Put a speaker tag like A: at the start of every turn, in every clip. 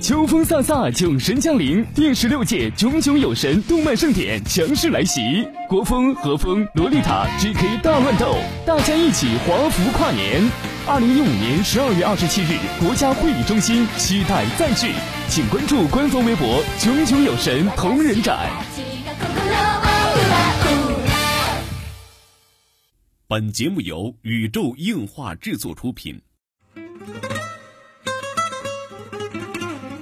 A: 秋风飒飒，囧神降临！第十六届炯炯有神动漫盛典强势来袭，国风、和风、洛丽塔、GK 大乱斗，大家一起华服跨年！二零一五年十二月二十七日，国家会议中心期待再聚，请关注官方微博“炯炯有神同人展”。
B: 本节目由宇宙映画制作出品。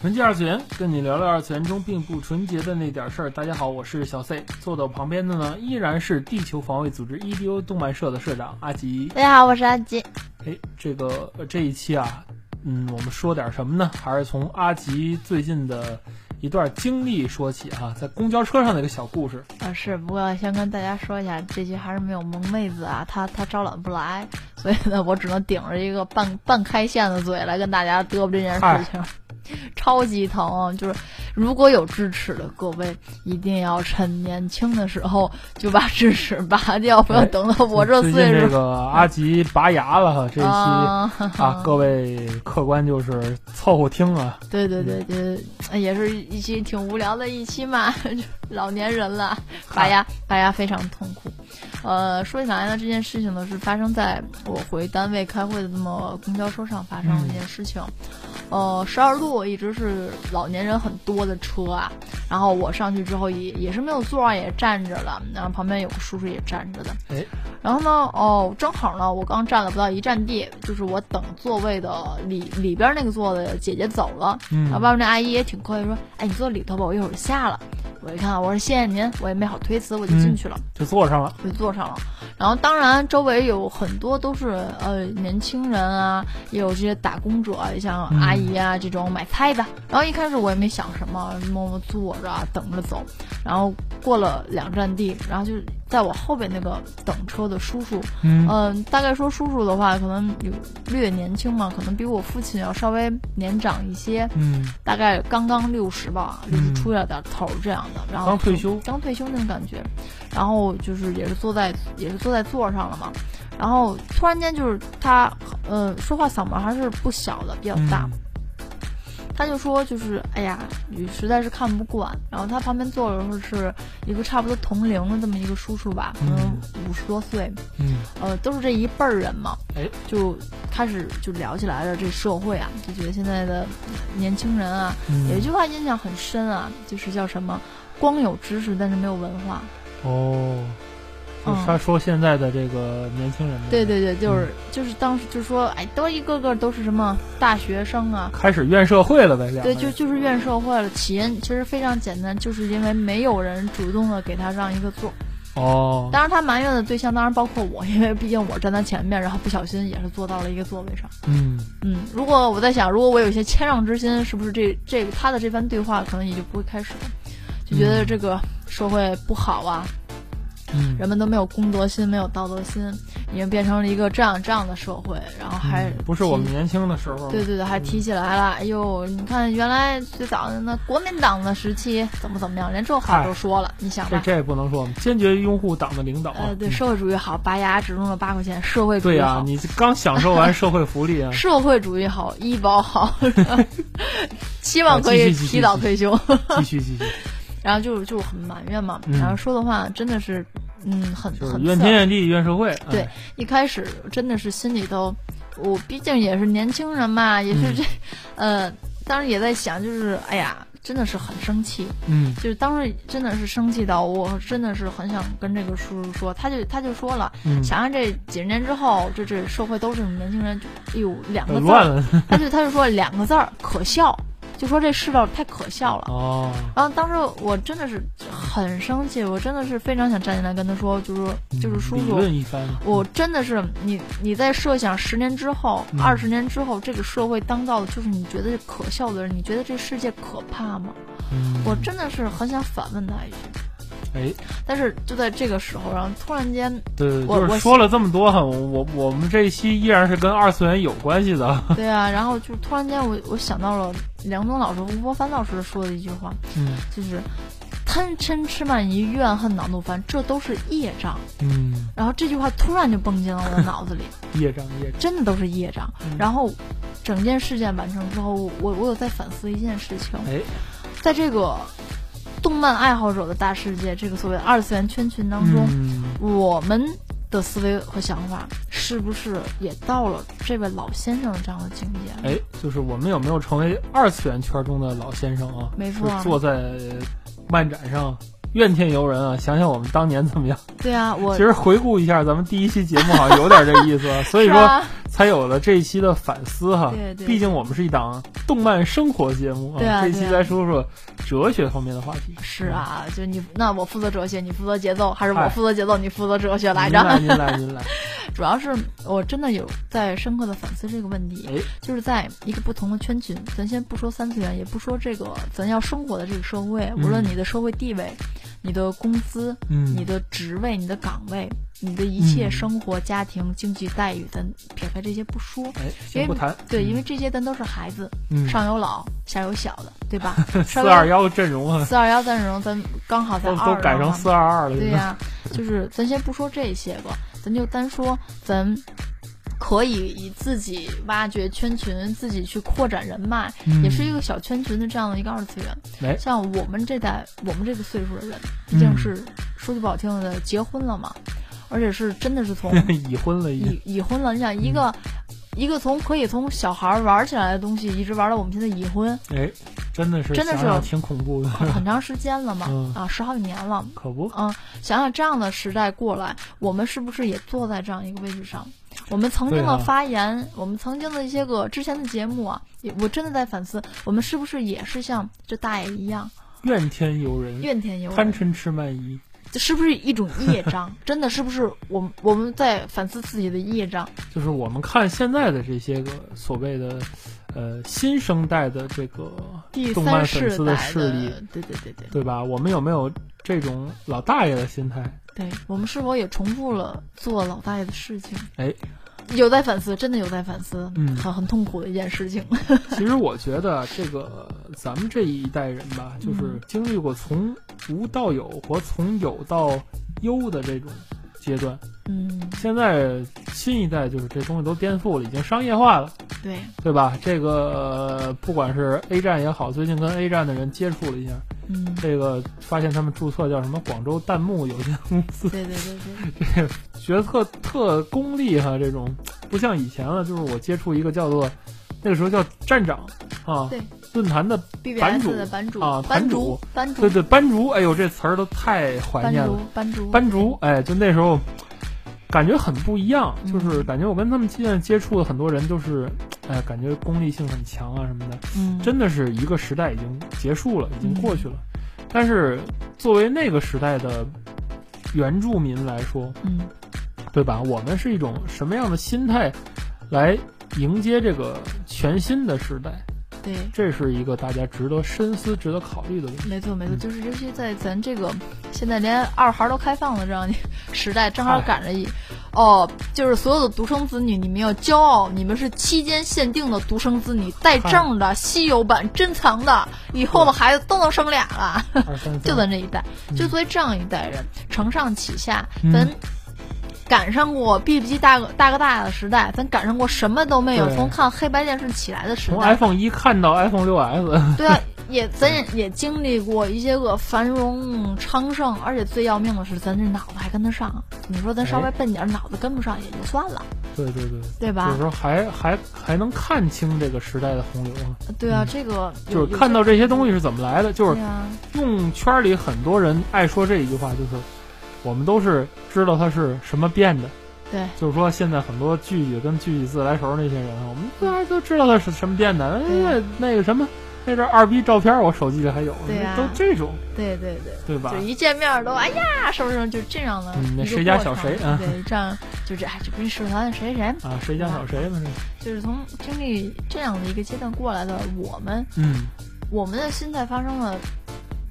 C: 纯洁二次元，跟你聊聊二次元中并不纯洁的那点事儿。大家好，我是小 C，坐在我旁边的呢依然是地球防卫组织 EDO 动漫社的社长阿吉。
D: 大家好，我是阿吉。
C: 哎，这个呃这一期啊，嗯，我们说点什么呢？还是从阿吉最近的一段经历说起啊，在公交车上的一个小故事。
D: 啊，是，不过先跟大家说一下，这局还是没有萌妹子啊，她她招揽不来，所以呢，我只能顶着一个半半开线的嘴来跟大家嘚啵这件事情， 超级疼。就是如果有智齿的各位，一定要趁年轻的时候就把智齿拔掉，不要
C: 哎
D: 等到我这
C: 最
D: 岁
C: 近这
D: 数。
C: 个阿吉拔牙了哈，这一期。
D: 啊，
C: 啊，各位客官就是凑合听啊，
D: 对对对对，哎也是一期挺无聊的一期嘛，就老年人了，拔牙拔牙非常痛苦。呃，说起来呢，这件事情呢是发生在我回单位开会的这么公交车上发生的一件事情。呃，十二路一直是老年人很多的车啊，然后我上去之后也也是没有座儿，也站着了，然后旁边有个叔叔也站着的。
C: 哎
D: 然后呢，哦，正好呢，我刚站了不到一站地，就是我等座位的里里边那个座的姐姐走了，
C: 嗯
D: 然后外面那阿姨也挺客气，说：“哎，你坐里头吧，我一会儿就下了。”我一看，我说：“谢谢您。”我也没好推辞，我就进去了，
C: 就坐上了。
D: 我就坐上了。然后当然周围有很多都是呃年轻人啊，也有这些打工者，像
C: 嗯
D: 阿姨啊这种买菜的。然后一开始我也没想什么，默默坐着啊等着走。然后过了两站地，然后就在我后边那个等车的叔叔
C: 嗯
D: 嗯，大概说叔叔的话，可能有略年轻嘛，可能比我父亲要稍微年长一些，
C: 嗯，
D: 大概刚刚六十吧，六十
C: 嗯
D: 出了点头儿这样的。然后
C: 刚
D: 就
C: 退休
D: 刚退休那种感觉，然后就是也是坐在也是坐在座上了嘛，然后突然间就是他，嗯、说话嗓门还是不小的，比较大。
C: 嗯
D: 他就说就是哎呀，你实在是看不惯。然后他旁边坐的是一个差不多同龄的这么一个叔叔吧，可能五十多岁，
C: 嗯
D: 呃，都是这一辈儿人嘛，
C: 哎，
D: 就开始就聊起来了。这社会啊，就觉得现在的年轻人啊，
C: 嗯，
D: 有一句话印象很深啊，就是叫什么“光有知识，但是没有文化
C: 哦，就是他说现在的这个年轻人”。，
D: 嗯对，对对，就是、
C: 嗯
D: 就是当时就说，哎，都一个个都是什么大学生啊。
C: 开始怨社会了呗，两个
D: 对，
C: 人
D: 就就是怨社会了。起因其实非常简单，就是因为没有人主动的给他让一个座。
C: 哦，
D: 当然，他埋怨的对象当然包括我，因为毕竟我站他前面，然后不小心也是坐到了一个座位上。
C: 嗯
D: 嗯，如果我在想，如果我有一些谦让之心，是不是这这个他的这番对话可能也就不会开始了？就觉得
C: 嗯
D: 这个社会不好啊，
C: 嗯，
D: 人们都没有公德心，没有道德心，已经变成了一个这样这样的社会，然后还、
C: 嗯不是我们。年轻的时候，
D: 对对对，还提起来了。哎呦，你看，原来最早的那国民党的时期怎么怎么样，连这话
C: 嗨
D: 都说了。你想
C: 哎这
D: 吧，
C: 这也不能说，我们坚决拥护党的领导啊。
D: 呃，对，
C: 嗯
D: 社会主义好，拔牙只用了八块钱，社会主
C: 对
D: 义
C: 呀、
D: 好。，
C: 你刚享受完社会福利啊
D: 社会主义好，医 保好，希望可以
C: 啊继续继续
D: 提早退休。
C: 继续 继续，
D: 然后就就很埋怨嘛，
C: 嗯
D: 然后说的话真的是，嗯，很
C: 就是
D: 很
C: 怨
D: 刺
C: 天
D: 耳。
C: 怨地怨社会。
D: 对
C: 哎，
D: 一开始真的是心里头，我毕竟也是年轻人嘛，也是
C: 嗯
D: 这，呃，当时也在想，就是哎呀，真的是很生气，
C: 嗯
D: 就是当时真的是生气到我真的是很想跟这个叔叔说，他就他就说了，
C: 嗯，
D: 想想这几十年之后，这这社会都是年轻人，就哎呦两个字
C: 乱
D: 儿，
C: 了
D: 他就他就说两个字儿可笑，就说这世道太可笑了。
C: 哦，
D: 然啊后当时我真的是很生气，我真的是非常想站起来跟他说，就是就是叔
C: 嗯理
D: 叔，
C: 论一番，
D: 我真的是你你在设想十年之后、
C: 嗯
D: 二十年之后，这个社会当道的就是你觉得可笑的人，你觉得这世界可怕吗？
C: 嗯
D: 我真的是很想反问他一句，
C: 哎，
D: 但是就在这个时候，然后突 然间，
C: 对对，
D: 我
C: 就是
D: 我
C: 说了这么多，我我们这一期依然是跟二次元有关系的。
D: 对啊，然后就突然间我我想到了梁冬老师、吴伯凡老师说的一句话，
C: 嗯
D: 就是贪嗔痴慢疑怨恨恼怒烦，这都是业障。
C: 嗯，
D: 然后这句话突然就蹦进了我的脑子里，
C: 业障业障，
D: 真的都是业障。
C: 嗯
D: 然后整件事件完成之后，我我有在反思一件事情，
C: 哎，
D: 在这个动漫爱好者的大世界，这个所谓的二次元圈群当中，
C: 嗯，
D: 我们的思维和想法是不是也到了这位老先生这样的境界？
C: 哎，就是我们有没有成为二次元圈中的老先生啊？
D: 没错啊
C: 是坐在漫展上怨天尤人啊！想想我们当年怎么样？
D: 对啊，我
C: 其实回顾一下咱们第一期节目，好像有点这意 思啊，所以
D: 是
C: 说
D: 啊，
C: 才有了这一期的反思哈。
D: 对对
C: 毕竟我们是一档动漫生活节目
D: 对啊
C: 这一
D: 对
C: 期
D: 啊
C: 来说说哲学方面的话题。
D: 是啊，就你那我负责哲学，你负责节奏，还是
C: 嗨
D: 我负责节奏，你负责哲学来
C: 您
D: 着？
C: 来，您来，您 来。
D: 主要是我真的有在深刻的反思这个问题，
C: 哎，
D: 就是在一个不同的圈群，咱先不说三次元，也不说这个咱要生活的这个社会，无论你的社会地位、你的工资、
C: 嗯，
D: 你的职位、你的岗位、你的一切
C: 嗯
D: 生活、家庭、经济待遇，咱撇开这些不说，
C: 哎，先不谈。
D: 对，因为这些咱都是孩子，
C: 嗯
D: 上有老，下有小的，对 吧？
C: 四
D: 稍微
C: 二幺阵容 啊，
D: 四二幺阵容，咱刚好在
C: 都
D: 二
C: 都改成四二二了。
D: 对
C: 现在
D: 呀、 就是咱先不说这些个，咱就单说咱可以以自己挖掘圈群，自己去扩展人脉，
C: 嗯
D: 也是一个小圈群的这样的一个二次元。
C: 哎嗯
D: 像我们这代，我们这个岁数的人，毕竟是、说句不好听的，结婚了嘛，而且是真的 是从
C: 已婚了已经。
D: 已已婚了。你想一个、
C: 嗯
D: 一个从可以从小孩儿玩起来的东西，一直玩到我们现在已婚，
C: 哎，真的是
D: 真的是
C: 想想挺恐怖的，
D: 很长时间了嘛，
C: 嗯
D: 啊，十好几年了。
C: 可不。
D: 嗯，想想这样的时代过来，我们是不是也坐在这样一个位置上？我们曾经
C: 对啊
D: 的发言，我们曾经的一些个之前的节目啊，也我真的在反思，我们是不是也是像这大爷一样
C: 怨天尤人，
D: 怨天尤
C: 贪
D: 人？
C: 嗔痴慢疑。
D: 这是不是一种业障？ 真的是不是我们我们在反思自己的业障？
C: 就是我们看现在的这些个所谓的，呃，新生代的这个
D: 第
C: 动漫
D: 三
C: 粉
D: 世
C: 丝
D: 代
C: 势力，
D: 对对对对
C: 对吧？我们有没有这种老大爷的心态？
D: 对，我们是否也重复了做老大爷的事情？
C: 哎，
D: 有在反思，真的有在反思，
C: 嗯
D: 很很痛苦的一件事情。
C: 其实我觉得这个咱们这一代人吧，就是经历过从无到有和从有到优的这种阶段。
D: 嗯，
C: 现在新一代就是这东西都颠覆了，已经商业化了，
D: 对，
C: 对吧？这个、呃不管是 A 站也好，最近跟 A 站的人接触了一下，
D: 嗯，
C: 这个发现他们注册叫什么广州弹幕有限公 司，
D: 对对对对。
C: 决策特功利哈，这种不像以前了。就是我接触一个叫做那个时候叫站长啊
D: 对，
C: 论坛的
D: BBS
C: 版主
D: 的版主
C: 啊
D: 班
C: 版
D: 主
C: 主，
D: 班 主，
C: 对对班竹，哎呦这词儿都太怀
D: 班
C: 念
D: 主
C: 了。，
D: 班主，
C: 班竹，哎，就那时候感觉很不一样，
D: 嗯
C: 就是感觉我跟他们现在接触的很多人都是，哎，感觉功利性很强啊什么的。
D: 嗯，
C: 真的是一个时代已经结束了，已经过去了。
D: 嗯
C: 但是作为那个时代的原住民来说，
D: 嗯，
C: 对吧？我们是一种什么样的心态来迎接这个全新的时代？
D: 对，
C: 这是一个大家值得深思、值得考虑的问 题。
D: 没错没错，
C: 嗯
D: 就是尤其在咱这个现在连二孩都开放了这样的时代，正好
C: 哎
D: 赶着一，哦，就是所有的独生子女，你们要骄傲，你们是期间限定的独生子女，带
C: 嗨
D: 证的、稀有版、珍藏的，以后的孩子都能生俩了。
C: 二三三，
D: 就咱这一代，
C: 嗯
D: 就作为这样一代人，承上启下，
C: 嗯
D: 咱赶上过 B B 机大个大哥大的时代，咱赶上过什么都没有，
C: 对
D: 从看黑白电视起来的时
C: 从
D: 代，
C: iPhone 一看到 iPhone 六 S，
D: 对啊，也咱也也经历过一些个繁荣昌盛，而且最要命的是，咱这脑子还跟得上。你说咱稍微
C: 哎
D: 笨点儿，脑子跟不上也就算了，
C: 对对对，
D: 对
C: 有
D: 吧
C: 时？候还还还能看清这个时代的洪流啊，
D: 对啊
C: 嗯，
D: 这个
C: 就
D: 有
C: 是看到这些东西，是怎么来的，就是
D: 有些对啊，
C: 用圈里很多人爱说这一句话，就是我们都是知道它是什么变的。
D: 对，
C: 就是说现在很多句句跟句句自来熟那些人啊，我们当然都知道它是什么变的。哎呀，那个什么，那张二逼照片我手机里还有，
D: 对啊
C: 都这种，
D: 对对对。
C: 对吧
D: 就？一见面儿都哎呀，什么什么，就这样的
C: 嗯那
D: 一个
C: 谁家
D: 过
C: 小
D: 程
C: 谁啊
D: 对，这样就这哎，这不是社团谁谁谁，
C: 啊，谁家小谁嘛，
D: 就是从经历这样的一个阶段过来的，我们
C: 这嗯，
D: 我们的心态发生了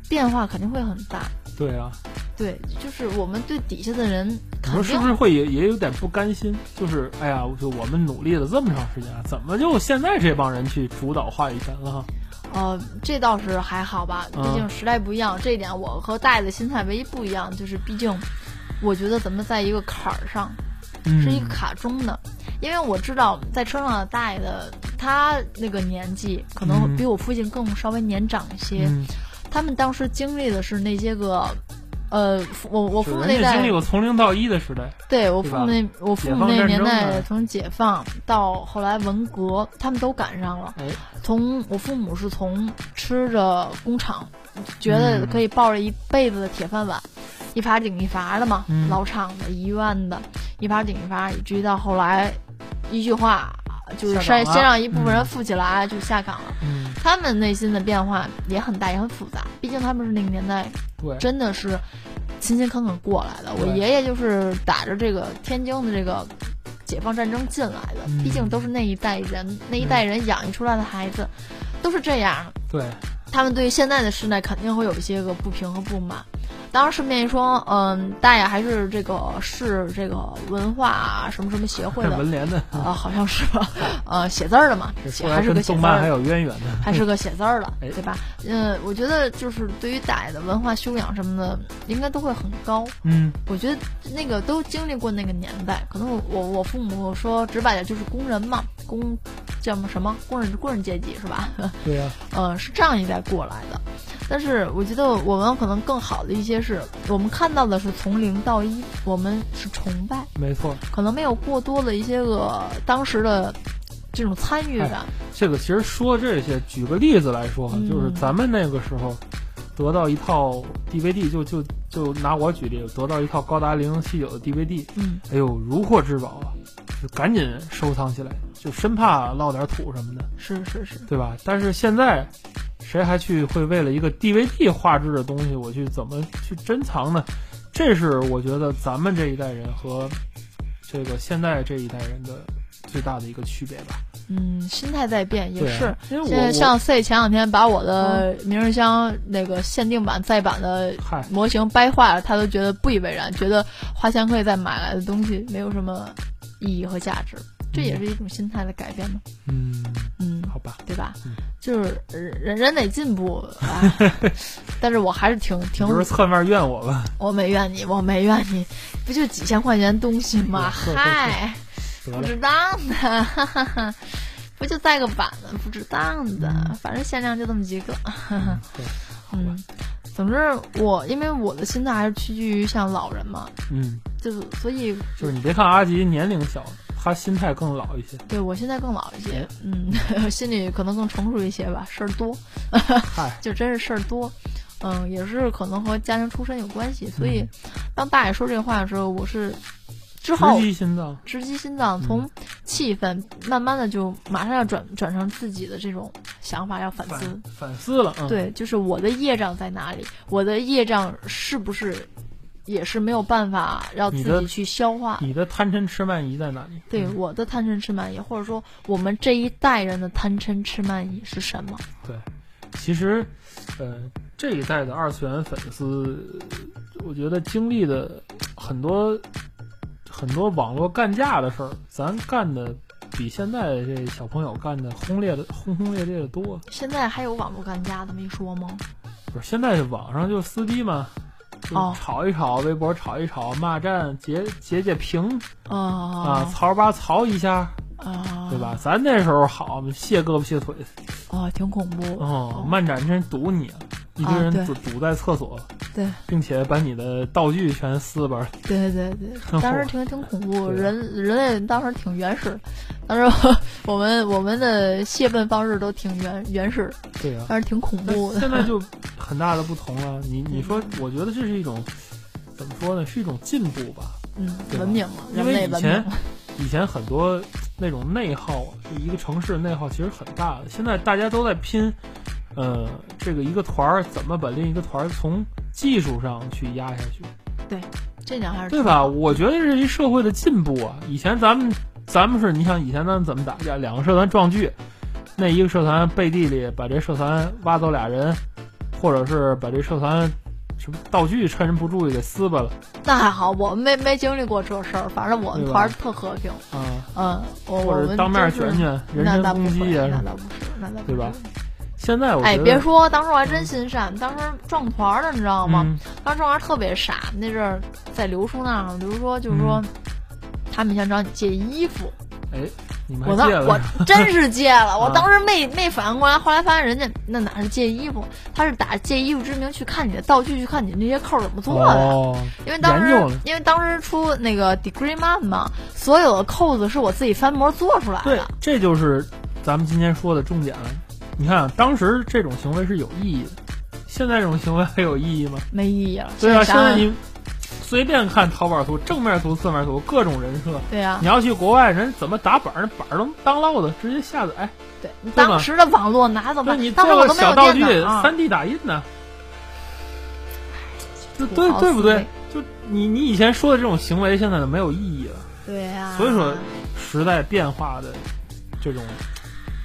D: 变化，肯定会很大。
C: 对啊，
D: 对，就是我们对底下的人
C: 你
D: 肯
C: 说是
D: 定
C: 不是会也也有点不甘心？就是哎呀，就我们努力了这么长时间，啊怎么就现在这帮人去主导话语权了哈？
D: 呃，这倒是还好吧，毕
C: 嗯
D: 竟时代不一样，这一点我和大爷的心态唯一不一样，就是毕竟我觉得咱们在一个坎儿上，
C: 嗯，
D: 是一个卡中的，因为我知道在车上的大爷的他那个年纪，可能
C: 嗯
D: 比我父亲更稍微年长一些，
C: 嗯，
D: 他们当时经历的是那些个。呃，父我我
C: 就
D: 父
C: 是
D: 母
C: 人
D: 那
C: 家经
D: 代
C: 历，过从零到一的时代，
D: 对我
C: 对
D: 父
C: 吧
D: 母那我父
C: 解
D: 母
C: 放
D: 那
C: 战
D: 年
C: 争
D: 代
C: 啊，
D: 从解放到后来文革，他们都赶上了。
C: 哎，
D: 从我父母是从吃着工厂，觉得
C: 嗯
D: 可以抱着一辈子的铁饭碗，一耙顶一耙的嘛，
C: 嗯
D: 老厂的、医院的，一耙顶一耙，以至于到后来，一句话就是
C: 下岗
D: 先
C: 了
D: 先让一部分人
C: 嗯
D: 富起来、就下岗了。
C: 嗯，
D: 他们内心的变化也很大，也很复杂，毕竟他们是那个年代
C: 对，
D: 真的是勤勤恳恳过来的。我
C: 对
D: 爷爷就是打着这个天津的这个解放战争进来的，
C: 嗯
D: 毕竟都是那一代人，那一代人养育出来的孩子，都是这样的。
C: 对，
D: 他们对于现在的时代肯定会有一些个不平和不满。当然，顺便一说，嗯，大爷还是这个市这个文化啊什么什么协会
C: 看
D: 的，
C: 文联的，
D: 呃，好像是吧，呃，写字儿的嘛，写
C: 说来
D: 还是
C: 跟
D: 个写
C: 动
D: 字儿
C: 漫还
D: 的。
C: 有渊源 的，
D: 还是个写字儿的，
C: 哎
D: 对吧？嗯，我觉得就是对于大爷的文化修养什么的，应该都会很高。
C: 嗯，
D: 我觉得那个都经历过那个年代，可能我我我父母说直白点就是工人嘛，工叫什么什么工人工人阶级是吧？
C: 对啊呀，
D: 呃，是这样一代过来的。但是我觉得我们可能更好的一些是，我们看到的是从零到一，我们是崇拜，
C: 没错，
D: 可能没有过多的一些个当时的这种参与感。
C: 这个其实说这些，举个例子来说，
D: 嗯
C: 就是咱们那个时候得到一套 DVD，就就就拿我举例，得到一套高达零零七九的 DVD，
D: 嗯，
C: 哎呦，如获至宝啊，就赶紧收藏起来，就生怕落点土什么的，
D: 是是是，
C: 对吧？但是现在，谁还去会为了一个 DVD 画质的东西，我去怎么去珍藏呢？这是我觉得咱们这一代人和这个现在这一代人的最大的一个区别吧。
D: 嗯，心态在变也
C: 对啊
D: 是。
C: 因为
D: 现在
C: 我嗯
D: 像 C 前两天把我的明日香那个限定版再版的
C: 我嗨，
D: 模型掰坏了，他都觉得不以为然，觉得花钱可以再买来的东西没有什么意义和价值，这也是一种心态的改变嘛，
C: 嗯，
D: 嗯，
C: 好吧，
D: 对吧
C: 嗯？
D: 就是呃人人得进步， 哎但是我还是挺挺
C: 你，不是侧面怨我吧？
D: 我没怨你，我没怨你，不就几千块钱东西 吗？
C: 是是是
D: 嗨，
C: 得
D: 不
C: 了，
D: 值当的， 哈哈哈，不就带个板子，不值当的，反正限量就这么几个。
C: 嗯对，吧
D: 嗯，总之我因为我的心态还是趋近于像老人嘛，
C: 嗯，
D: 就是所以
C: 就是你别看阿吉年龄小，他心态更老一些。
D: 对我现在更老一
C: 哎
D: 些，嗯， 心里可能更成熟一些吧，事儿多，
C: 嗨，
D: 就真是事儿多。嗯，也是可能和家庭出身有关系，所以当大爷说这话的时候，我是之后
C: 嗯直击嗯心脏，
D: 直击心脏，从气愤慢慢的就马上要转转成自己的这种想法，要反
C: 反
D: 思。
C: 反思了，嗯，，
D: 对，就是我的业障在哪里？我的业障是不是也是没有办法让
C: 你
D: 自
C: 的
D: 己去消化？
C: 你的贪嗔痴慢疑在哪里？
D: 啊对
C: 嗯
D: 我的贪嗔痴慢疑，或者说我们这一代人的贪嗔痴慢疑是什么？
C: 其实，呃，这一代的二次元粉丝，我觉得经历的很多很多网络干架的事儿，咱干的比现在这小朋友干的轰烈的轰轰烈烈的多。
D: 现在还有网络干架这么一说吗？
C: 不是现在网上就撕逼嘛，就
D: 哦
C: 吵一吵，微博吵一吵，骂战截截截屏啊，
D: 啊
C: 槽吧槽一下，
D: 啊，
C: 对吧？？咱那时候好，卸胳膊卸腿，
D: 啊，挺恐怖。
C: 哦，漫展真堵你啊！一堆人
D: 啊对
C: 堵堵在厕所，
D: 对，
C: 并且把你的道具全撕吧。
D: 对对对，当时挺挺恐怖，
C: 嗯对啊
D: 人人类当时挺原始的，当时 我们我们的泄愤方式都挺原原始的，
C: 对啊，
D: 但是挺恐
C: 但
D: 怖的。
C: 现在就很大的不同了。你你说，我觉得这是一种怎么说呢？是一种进步吧。
D: 嗯，
C: 对吧啊
D: 文明了，
C: 因
D: 人
C: 为
D: 类
C: 以
D: 文明
C: 前
D: 了。
C: 以前很多那种内耗啊，就一个城市的内耗其实很大的。现在大家都在拼，呃，这个一个团儿怎么把另一个团儿从技术上去压下去。
D: 这点还是
C: 对吧？我觉得这是一社会的进步啊！以前咱们咱们是，你想以前咱们怎么打架？两个社团撞剧，那一个社团背地里把这社团挖走俩人，或者是把这社团什么道具趁人不注意给撕巴了
D: 那还好，我们没没经历过这事儿，反正我们
C: 对吧
D: 团儿特和平。
C: 啊，
D: 嗯，我我
C: 或者
D: 们
C: 当面
D: 就是
C: 卷卷、人
D: 那
C: 身
D: 倒
C: 攻
D: 不会，
C: 击啊
D: 那
C: 什么。
D: 倒不是，那倒不
C: 对吧
D: 是？
C: 现在我觉
D: 哎，
C: 得
D: 别说，当时我还真心善，当时撞团儿了，你知道吗？
C: 嗯
D: 当时撞团儿特别傻，那阵儿在刘叔那儿，刘叔说就是说。
C: 嗯
D: 他们想找你借衣服，
C: 你们
D: 我
C: 还
D: 当
C: 戒
D: 我
C: 了，
D: 真是借了，我
C: 啊
D: 当时没没反应过来，后来发现人家那哪是借衣服，他是打借衣服之名去看你的道具，去看你那些扣儿怎么做的。
C: 哦，
D: 因为当
C: 研究
D: 时
C: 了
D: 因为当时出那个 Degree Man 嘛，所有的扣子是我自己翻模做出来
C: 对
D: 的。，
C: 这就是咱们今天说的重点了。你看啊，当时这种行为是有意义的，现在这种行为还有意义吗？
D: 没意义了。
C: 对啊，
D: 啥
C: 现在你随便看淘宝图，正面图、侧面图，各种人设。
D: 对啊
C: 你，要去国外，人怎么打板儿？那板儿都当烙的，直接下载。
D: 对，
C: 对吧
D: 当时的网络哪怎
C: 那
D: 么办
C: 你？
D: 啊当时
C: 做个
D: 我都没有
C: 小道具，
D: 电脑啊，
C: 三 D 打印呢？对
D: 土
C: 对
D: 豪
C: 对不
D: 思维
C: 对？就你你以前说的这种行为，现在就没有意义了。
D: 对呀。
C: 所以说，时代变化的这种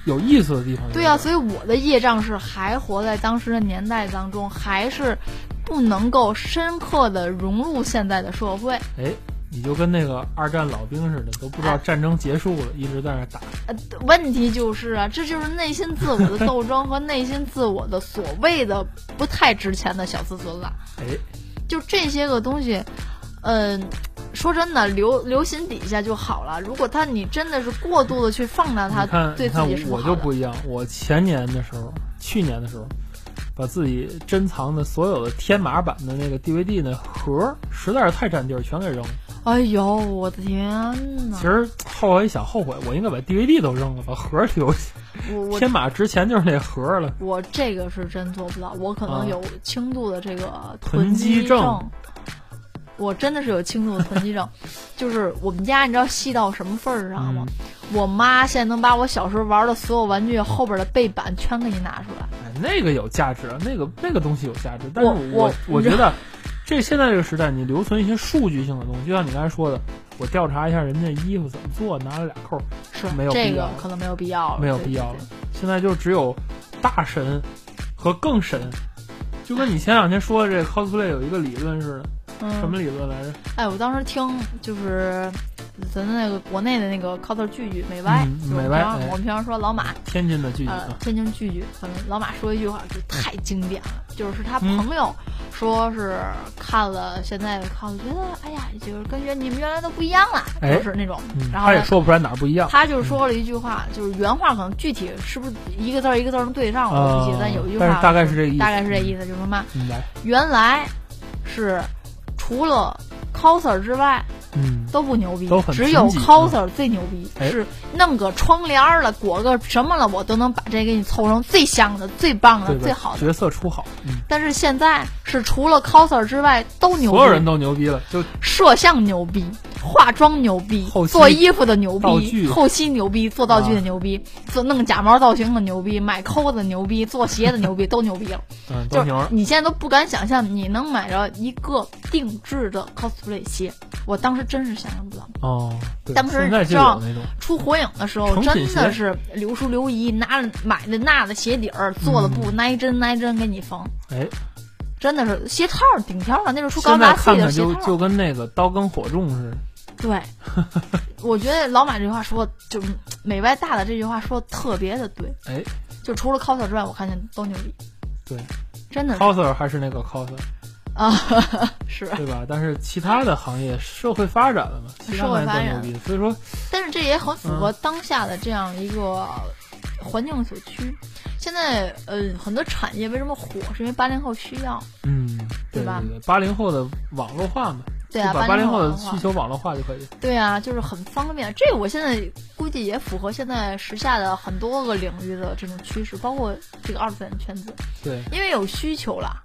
C: 有意思的地方就在这儿，
D: 对呀，啊所以我的业障是还活在当时的年代当中，还是不能够深刻的融入现在的社会。
C: 哎，你就跟那个二战老兵似的，都不知道
D: 哎
C: 战争结束了，一直在那儿打。
D: 呃，问题就是啊，这就是内心自我的斗争和内心自我的所谓的不太值钱的小自尊了。
C: 哎，
D: 就这些个东西，嗯、说真的，留留心底下就好了。如果他你真的是过度的去放大
C: 你
D: 它，
C: 看，
D: 对
C: 你
D: 自
C: 看
D: 己是
C: 我
D: 好
C: 就
D: 的
C: 不一样，我前年的时候，去年的时候，把自己珍藏的所有的天马版的那个 DVD 那盒儿，实在是太占地儿，全给扔了。
D: 哎呦，我的天呐！
C: 其实后来一想，后悔，我应该把 DVD 都扔了，把盒儿留下。
D: 我我
C: 天马之前就是那盒儿了。
D: 我这个是真做不到，我可能
C: 啊
D: 有轻度的这个
C: 囤积
D: 积
C: 症
D: 我真的是有轻度的囤 积症，就是我们家你知道细到什么份儿上吗？
C: 嗯
D: 我妈现在能把我小时候玩的所有玩具后边的背板全给你拿出来，
C: 哎，那个有价值，那个那个东西有价值，但是
D: 我
C: 我
D: 我
C: 我觉得，这现在这个时代，你留存一些数据性的东西，就像你刚才说的，我调查一下人家衣服怎么做，拿了俩扣儿，
D: 是
C: 没有必
D: 这
C: 要
D: 个
C: 了
D: 可能没有必要了，
C: 没有
D: 对
C: 必要
D: 对
C: 了
D: 对。
C: 现在就只有大神和更神，就跟你前两天说的这个 cosplay 有一个理论似的，
D: 嗯，
C: 什么理论来着？
D: 哎，我当时听就是咱那个国内的那个 coser 剧剧美歪，
C: 嗯
D: 就是我
C: 美
D: 们
C: 歪
D: 平常
C: 哎
D: 我们平常说老马，
C: 天津的剧集
D: 呃
C: 啊，，
D: 天津剧剧，可能老马说一句话就太经典了，就是他
C: 嗯
D: 朋友说是看了现在的看，觉得哎呀，就是跟原你们原来都不一样了，
C: 哎
D: 就是那种
C: 嗯，，
D: 然后
C: 他也
D: 呢。
C: 说不出来哪儿不一样。
D: 他就说了一句话，就是原话，可能具体是不是一个字儿一个字儿能对上，我不记得。
C: 啊
D: 但有一句
C: 但
D: 话，
C: 是大概是这个意思
D: 大概是这意思，就是什么？
C: 嗯，来，
D: 原来是除了 coser 之外，
C: 嗯，
D: 都不牛逼
C: 都，很
D: 只有
C: 贫瘠嗯
D: coser 最牛逼，
C: 哎
D: 是弄个窗帘儿了，裹个什么了，我都能把这给你凑成最香的、最棒的
C: 对、吧
D: 最好的。
C: 角色出好，嗯，
D: 但是现在是除了 coser 之外都牛逼，
C: 所有人都牛逼了，就
D: 摄像牛逼，化妆牛逼
C: 后，期
D: 做衣服的牛
C: 道
D: 逼，
C: 具啊
D: 后期牛逼，做道具的牛逼，做弄假毛造型的牛逼，买扣子牛逼，做鞋 的牛逼，都牛逼了。
C: 嗯
D: 就
C: 都
D: 是
C: 牛了。
D: 你现在都不敢想象你能买着一个定制的 cosplay 鞋，我当时真是想象不到。
C: 哦，对，
D: 当时
C: 现在就有那种，
D: 出火影的时候，
C: 成品
D: 真
C: 鞋
D: 的是刘叔刘姨拿着买的那的鞋底儿做的布，拿一针拿一针给你缝，
C: 嗯哎，
D: 真的是鞋套儿顶天儿了，那时候出高
C: 现在
D: 达系
C: 看
D: 的
C: 看
D: 鞋
C: 就
D: 套
C: 就
D: 儿。
C: 跟那个刀耕火种似的。
D: 对，我觉得老马这句话说就是美外大的这句话说的特别的对，
C: 哎，
D: 就除了 coser 之外，我看见都牛逼。
C: 对，
D: 真的是
C: coser 还是那个 coser，
D: 啊，是。
C: 对吧？但是其他的行业社会发展了嘛，其他
D: 社会
C: 行
D: 发
C: 业
D: 展
C: 都牛逼，所以说
D: 但是这也很符合
C: 嗯
D: 当下的这样一个环境所趋。现在呃，很多产业为什么火，是因为八零后需要，
C: 嗯，对
D: 对吧
C: 对对，八零后的网络化嘛，
D: 对啊，
C: 就把八零
D: 后
C: 后的
D: 文化
C: 需求网络化就可以。
D: 对啊，就是很方便。这个我现在估计也符合现在时下的很多个领域的这种趋势，包括这个二次元圈子，
C: 对
D: 因为有需求了，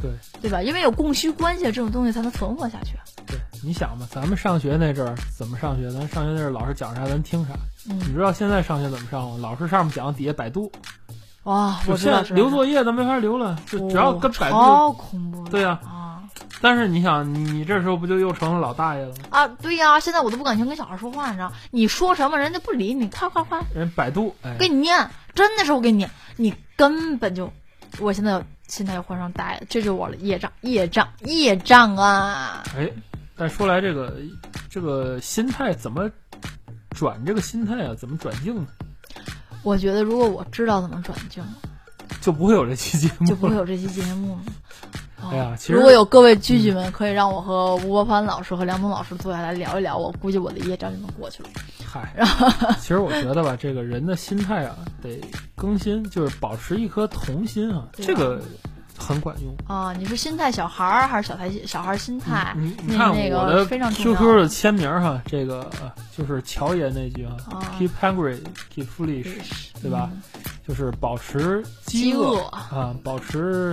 C: 对
D: 对吧？因为有供需关系，这种东西才能存活下去。啊
C: 对，你想嘛，咱们上学那阵儿怎么上学？咱上学那阵儿老师讲啥咱听啥。你
D: 嗯，
C: 知道现在上学怎么上吗？老师上面讲，底下百度。
D: 哇，
C: 就
D: 我知
C: 现
D: 道
C: 在
D: 知道
C: 留作业都没法留了，就
D: 哦
C: 只要跟百度。
D: 超恐怖的，
C: 对啊
D: 啊
C: 但是你想，你这时候不就又成了老大爷了吗？
D: 啊，对呀、现在我都不敢听跟小孩说话，你知道？你说什么人家不理你，夸夸夸
C: 人百度，哎，
D: 给你念，真的是我给你念，你根本就，我现在现在又换上大爷，这就是我的业障，业障，业障啊！
C: 哎，但说来这个这个心态怎么转？这个心态啊，怎么转境呢？
D: 我觉得如果我知道怎么转 境，
C: 就不会有这期节
D: 就
C: 目
D: 不会
C: 了。
D: 有这期节目了。哦
C: 哎呀其实
D: 如果有各位居居们可以让我和吴伯凡老师和梁冬老师坐下来聊一聊，我估计我的业障就能过去了。
C: 嗨，其实我觉得吧，这个人的心态啊，得更新，就是保持一颗童心啊，
D: 对啊
C: 这个很管用。
D: 啊，你是心态小孩儿还是小孩小孩儿心态？
C: 你你
D: 那
C: 看
D: 那
C: 我
D: 个
C: 的
D: 非常重
C: QQ
D: 要。
C: 的签名哈，这个呃就是乔爷那句啊
D: 啊
C: ，Keep hungry, keep foolish，对吧？
D: 嗯
C: 就是保持饥
D: 饥饿
C: 啊，保持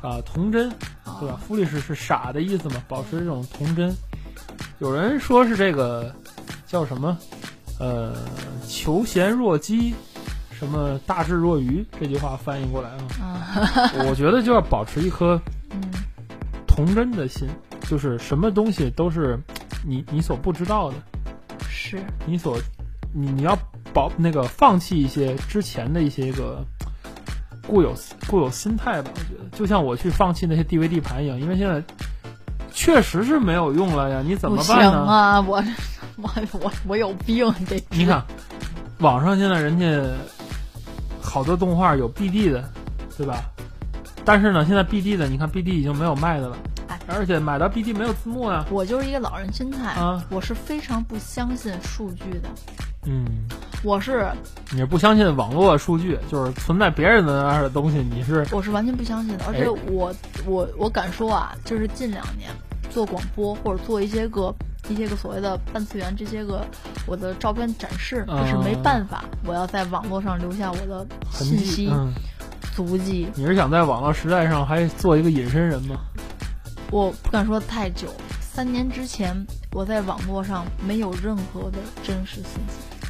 C: 啊童真，对吧？？foolish 是傻的意思嘛，保持这种童真。有人说是这个叫什么？呃，求贤若饥，什么大智若愚这句话翻译过来啊，
D: 啊，
C: 我觉得就要保持一颗
D: 嗯，
C: 童真的心，就是什么东西都是你你所不知道的，
D: 是，
C: 你所你你要保那个放弃一些之前的一些个固有固有心态吧。我觉得，就像我去放弃那些 DVD 盘一样，因为现在确实是没有用了呀，你怎
D: 不
C: 么
D: 行
C: 办呢？
D: 啊！我我我我有病，这
C: 你看，网上现在人家好多动画有 BD 的，对吧？但是呢，现在 BD 的，你看 BD 已经没有卖的了
D: 哎，
C: 而且买到 BD 没有字幕啊呀、
D: 我就是一个老人心态，
C: 啊
D: 我是非常不相信数据的，
C: 嗯，
D: 我是
C: 你是不相信网络数据，就是存在别人的那儿的东西，你是
D: 我是完全不相信的，而且
C: 哎
D: 我我我敢说啊，就是近两年做广播或者做一些个一些个所谓的半次元这些个我的照片展示，
C: 啊
D: 这是没办法，我要在网络上留下我的
C: 痕
D: 信
C: 迹。
D: 息
C: 嗯，
D: 足迹，
C: 你是想在网络时代上还做一个隐身人吗？
D: 我不敢说太久。三年之前，我在网络上没有任何的真实信息。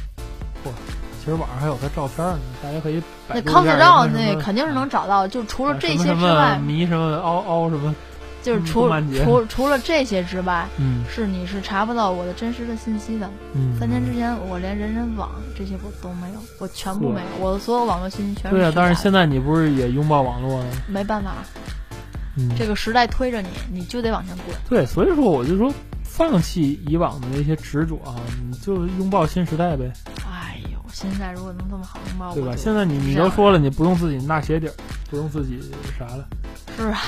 C: 其实网上还有他照片呢，大家可以百
D: 那
C: 度
D: cos
C: 一下
D: 照
C: 有没有
D: 那
C: 什么嗯
D: 肯定是能找到，就除了
C: 啊
D: 这
C: 什么
D: 些
C: 什
D: 之
C: 么
D: 外，
C: 迷什么凹凹什么，
D: 就是
C: 嗯
D: 除
C: 动漫节
D: 除除了这些之外，
C: 嗯
D: 是你是查不到我的真实的信息的。
C: 嗯，
D: 三年之前，我连人人网这些我都没有，我全部
C: 是啊
D: 没有，我的所有网络信息全是
C: 对啊
D: 虚，假
C: 但
D: 的
C: 是现在你不是也拥抱网络了吗？
D: 没办法，
C: 嗯，
D: 这个时代推着你，你就得往前滚。
C: 对，所以说我就说放弃以往的那些执着啊，你就拥抱新时代呗，
D: 哎呦，现在如果能这么好拥抱，
C: 对
D: 哦我
C: 吧？
D: 就
C: 现在你你
D: 这样
C: 都说了，你不用自己纳鞋底儿，不用自己啥了。
D: 是啊，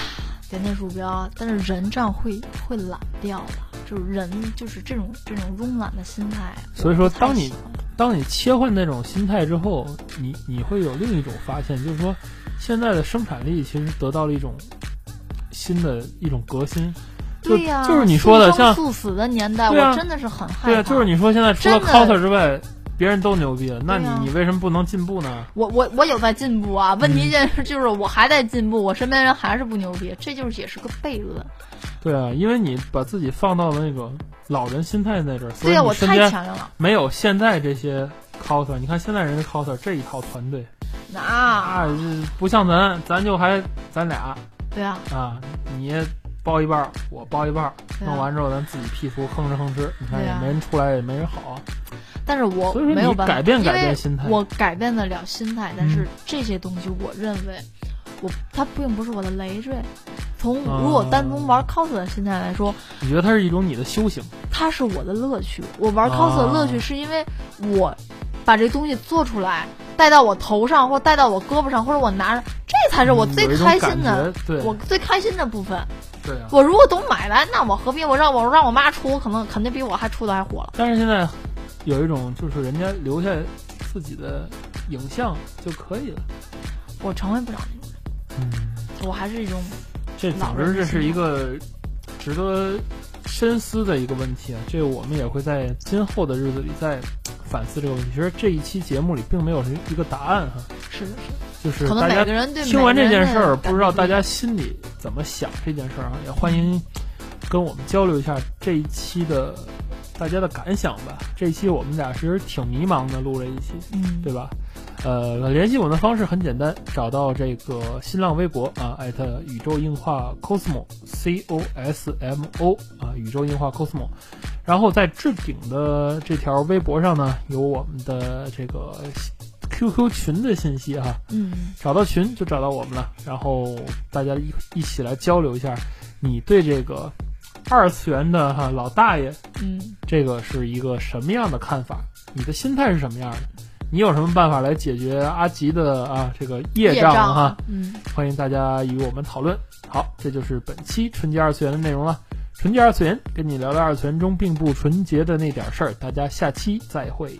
D: 点点鼠标，但是人这样会会懒掉的，就是人就是这种这种慵懒的心态。
C: 所以说
D: 我不太
C: 当你
D: 喜欢
C: 当你切换那种心态之后，你你会有另一种发现，就是说，现在的生产力其实得到了一种新的一种革新。就
D: 对呀、
C: 就是你说的
D: 速生
C: 像
D: 速死的年代，
C: 对啊
D: 我真的是很害怕。
C: 对啊，就是你说现在除了
D: 真的
C: coser 之外，别人都牛逼了，那你、
D: 对啊
C: 你为什么不能进步呢？
D: 我我我有在进步啊，问
C: 嗯
D: 题就是就是我还在进步，我身边人还是不牛逼，这就是也是个悖论。
C: 对啊，因为你把自己放到了那个老人心态那阵儿，所
D: 对
C: 以
D: 呀、
C: 你
D: 我
C: 身
D: 太
C: 边
D: 强硬了，
C: 没有现在这些 coser。你看现在人家 coser 这一套团队
D: 那、
C: 啊，这不像咱，咱就还咱俩
D: 对啊，
C: 啊，你也包一半儿，我包一半儿，
D: 对啊
C: 弄完之后咱自己 P 图哼哧哼哧，你看
D: 对
C: 也
D: 啊
C: 没人出来，也没人好，
D: 但是我
C: 所以说
D: 没有
C: 你
D: 办法
C: 改变改
D: 因
C: 变
D: 为
C: 心态，
D: 我改变得了心态，但是
C: 嗯
D: 这些东西我认为我它并不是我的累赘。从
C: 啊
D: 如果单从玩 cos 的心态来说，
C: 你觉得它是一种你的修行，
D: 它是我的乐趣。我玩 cos 的乐趣
C: 啊
D: 是因为我把这东西做出来，戴到我头上，或者戴到我胳膊上，或者我拿着，这才是我
C: 嗯
D: 最
C: 有一种
D: 开
C: 感
D: 心的。
C: 觉对，
D: 我最开心的部分，
C: 对啊。
D: 我如果都买来，那我何必我让我让我妈出，我可能肯定比我还出的还火了。
C: 但是现在有一种就是人家留下自己的影像就可以了，
D: 我成为不了那种
C: 嗯。
D: 人，我还是一种
C: 这总之这是一个值得深思的一个问题啊，这个我们也会在今后的日子里再反思这个问题。其实这一期节目里并没有一个答案哈，
D: 是是是，
C: 就是
D: 可能
C: 大
D: 每
C: 家
D: 个人对
C: 听完
D: 每
C: 这
D: 个人
C: 件
D: 的
C: 事儿，
D: 感觉
C: 不知道
D: 一
C: 大
D: 样
C: 家心里怎么想这件事儿啊，也欢迎跟我们交流一下这一期的大家的感想吧。这一期我们俩其实挺迷茫的，录了一期。
D: 嗯
C: 对吧？呃，联系我们的方式很简单，找到这个新浪微博啊，艾特宇宙硬化 cosmo c o s m o 啊，宇宙硬化 cosmo。然后在置顶的这条微博上呢，有我们的这个 QQ 群的信息啊哈、
D: 嗯
C: 找到群就找到我们了，然后大家一一起来交流一下，你对这个二次元的哈老大爷
D: 嗯
C: 这个是一个什么样的看法？你的心态是什么样的？你有什么办法来解决阿吉的啊这个业障哈、
D: 啊，嗯，
C: 欢迎大家与我们讨论。好，这就是本期纯洁二次元的内容了。纯洁二次元跟你聊聊二次元中并不纯洁的那点事儿，大家下期再会。